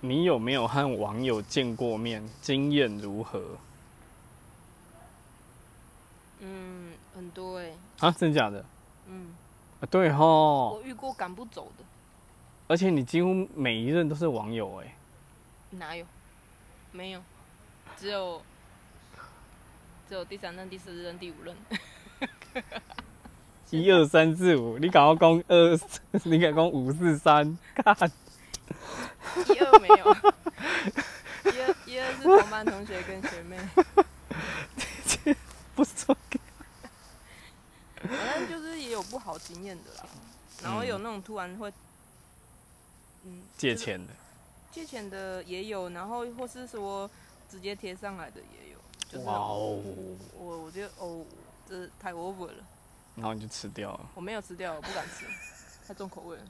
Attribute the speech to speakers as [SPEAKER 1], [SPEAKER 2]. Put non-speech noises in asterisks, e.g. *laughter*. [SPEAKER 1] 你有没有和网友见过面？经验如何？
[SPEAKER 2] 嗯，很多哎、
[SPEAKER 1] 啊，真的假的？
[SPEAKER 2] 嗯，
[SPEAKER 1] 啊，对吼，
[SPEAKER 2] 我遇过赶不走的，
[SPEAKER 1] 而且你几乎每一任都是网友哎、
[SPEAKER 2] 哪有？没有，只有只有第三任、第四任、第五任。
[SPEAKER 1] 一二三四五，你敢要攻二， *laughs* 你敢攻五四三，看
[SPEAKER 2] 一二没有，一二一二是同班同学跟学妹，
[SPEAKER 1] 不错。
[SPEAKER 2] 反正就是也有不好经验的啦。然后有那种突然会，嗯，
[SPEAKER 1] 借
[SPEAKER 2] 就是
[SPEAKER 1] 钱的，
[SPEAKER 2] 借钱的也有，然后或是说直接贴上来的也有，就是
[SPEAKER 1] 哇哦
[SPEAKER 2] 我我觉得哦，这太 over 了，
[SPEAKER 1] 然后你就吃掉了。
[SPEAKER 2] 我没有吃掉，我不敢吃，太重口味了。